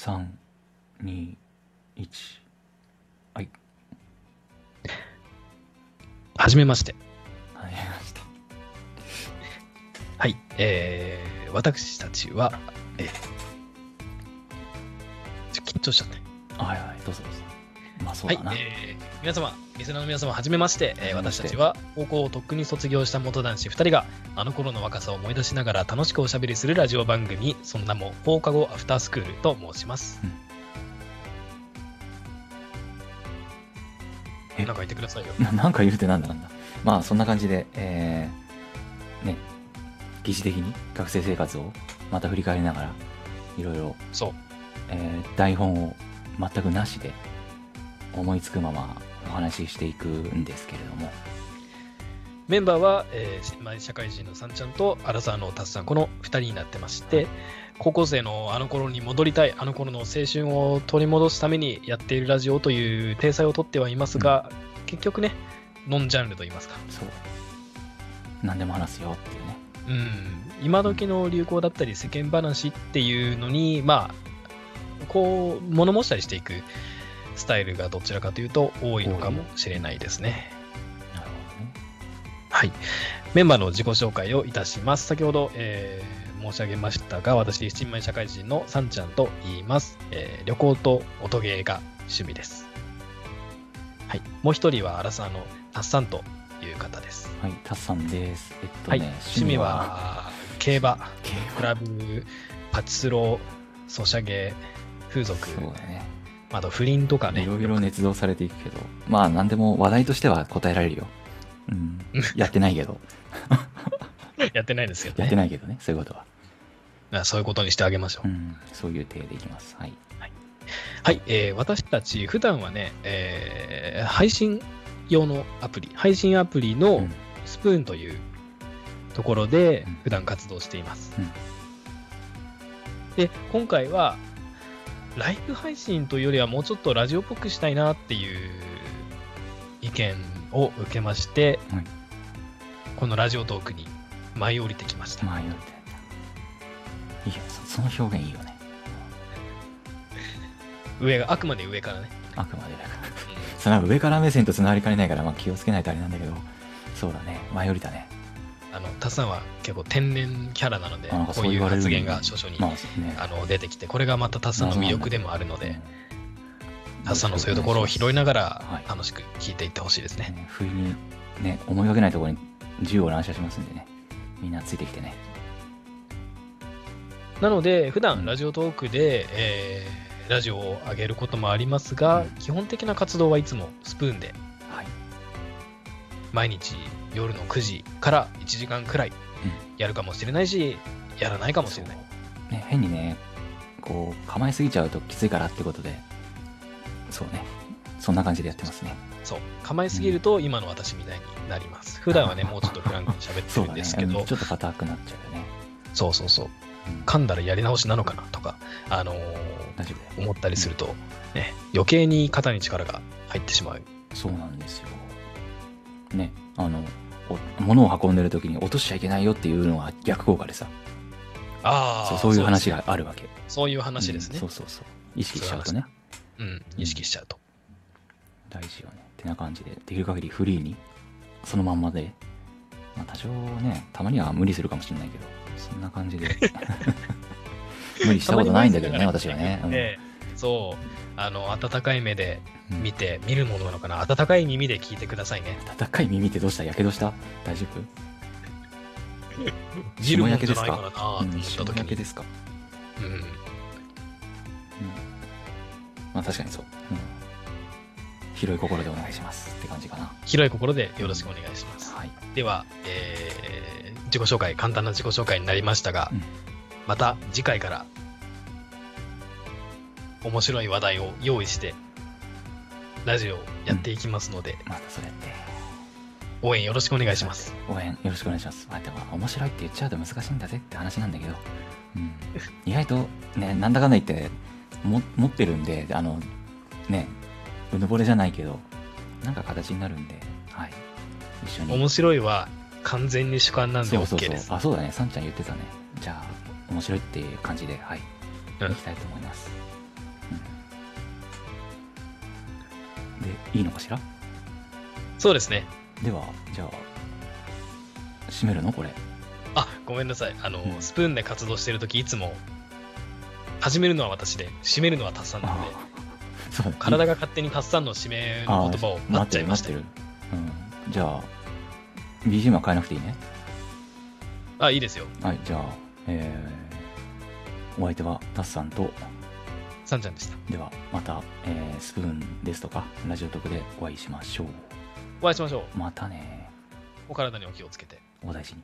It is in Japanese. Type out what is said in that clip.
321はいはじめまして。入りましたはい。えー、私たちは、えー、ちょっと緊張しちゃったね。はいはいどうぞどうぞまあそうはいだな、。えー皆様、リスナーの皆様、はじめまして。えーはじめまし私てたちは、高校をとっくに卒業した元男子2人が、あの頃の若さを思い出しながら楽しくおしゃべりするラジオ番組、その名も、放課後アフタースクールと申します。うんえなんか言ってくださいよ。ななんか言うてなんだなんだまあそんな感じでえー、ね疑似的に学生生活をまた振り返りながらいろいろ、そう。えー台本を全くなしで思いつくままお話ししていくんですけれどもメンバーは、えーし前社会人のさんちゃんとアラサーのたつさんこの2人になってまして高校生のあの頃に戻りたいあの頃の青春を取り戻すためにやっているラジオという体裁をとってはいますが、結局ねノンジャンルと言いますかそう何でも話すよっていうねうん今時の流行だったり世間話っていうのにまあこう物申したりしていくスタイルがどちらかというと多いのかもしれないですね。なるほどねはい、メンバーの自己紹介をいたします。先ほど、えー申し上げましたが、私、新米社会人のさんちゃんと言います。えー旅行と音ゲーが趣味です。はい、もう一人はアラサーのタッサンという方です。はいタツさんですえっとはね、い、趣味は競馬、趣味はクラブ、パチスロ、ソシャゲ、風俗、そうだねあと不倫とかねい、ろいろ捏造されていくけど、まあ何でも話題としては答えられるよ。うん、やってないけ ど、やってないですけどやってね。ないけどね、そういうことは。まあそういうことにしてあげましょうう。ん、そういう体でいきます。はい。はい、えー私たち普段はね、えー配信用のアプリ、配信アプリうのんスプーンというところでうん普段活動しています。うんで、今回はライブ配信というよりはもうちょっとラジオっぽくしたいなっていう意見を受けまして、はいこのラジオトークに舞い降りてきました。まあ、よっていいよそ、その表現いいよね。上が、あくまで上からね。あくまでだから。 その上から目線とつながりかねないから、まあ気をつけないとあれなんだけど、そうだね、前よりだね。あの、タツさんは結構天然キャラなので、あなんかこそううい言うわれる発言が少々にまあ、そうね。あの出てきて、これがまたタッサンの魅力でもあるので、タッサンのそういうところを拾いなはがらい楽しく聞いていってほしいですね。ね、不意にね思いがけないところに銃を乱射しますんでねみんなついてきてねなので、普う段んラジオトークで、えーラジオを上げることもありますが、うん基本的な活動はいつもスプーンで、はい毎日夜の9時から1時間くらいやるかもしれないし、やらないかもしれない。そうね、変にねこう構えすぎちゃうときついからってことでそうねそんな感じでやってますねそう構えすぎると今の私みたいになります。普段はね、もうちょっとフランクに喋ってそうるだんねですけう どん、ちょっと硬くなっちゃうよね、そうそうそう、うん噛んだらやり直しなのかなとか、あのー大丈夫だよ思ったりすると、ね、余計に肩に力が入ってしまう。そうなんですよねあのお物を運んでる時に落としちゃいけないよっていうのが逆効果でさあそうそういう話が。があるわけそういう話ですねうん。そうそうそう意識しちゃうとねうん、意識しちゃうと。大事よねってな感じでできる限りフリーにそのまんまで、まあ、多少ねたまには無理するかもしれないけどそんな感じ で無理したことないんだけどねたまに私はね、うんでそう、あの、温かい目でうん見て、見るものなのかな、温かい耳で聞いてくださいね。高い耳ってどうしたやけどした大丈夫見るものじゃ霜ないかな焼と思うったん時霜焼けに。ですか、うん、うんまあ確かにそう、うん広い心でお願いしますって感じかな広い心でよろしくお願いします。はいでは、えー自己紹介、簡単な自己紹介になりましたが、うんまた次回から面白い話題を用意して、ラジオをやっていきますので、またそれって応援よろしくお願いします。応援よろしくお願いします。まあ、でも面白いって言っちゃうと難しいんだぜって話なんだけど、うん、意外とねなんだかんだ言っても持ってるんであのねうぬぼれじゃないけどなんか形になるんで、はい、一緒に面白いは完全に主観なんでそうそう OK そうです。あそうだねさんちゃん言ってたねじゃあ面白いっていう感じではい、うんいきたいと思います。でいいのかしらそうですね。ではじゃあ閉めるのこれあ、ごめんなさい。あの、うんスプーンで活動してるとき、いつも、始めるのは私で、締めるのはタッさんなので、あそうだね体が勝手にタッさんの締めの言葉をあー待っちゃいました待。ってる待ってる、うん、じゃあ BGM は変えなくていいねあ、いいですよ。はいじゃあえーお相手はタスさんとさんちゃんでした。ではまた、えースプーンですとかラジオ特でお会いしましょうお会いしましょう。またねお体にお気をつけて。お大事に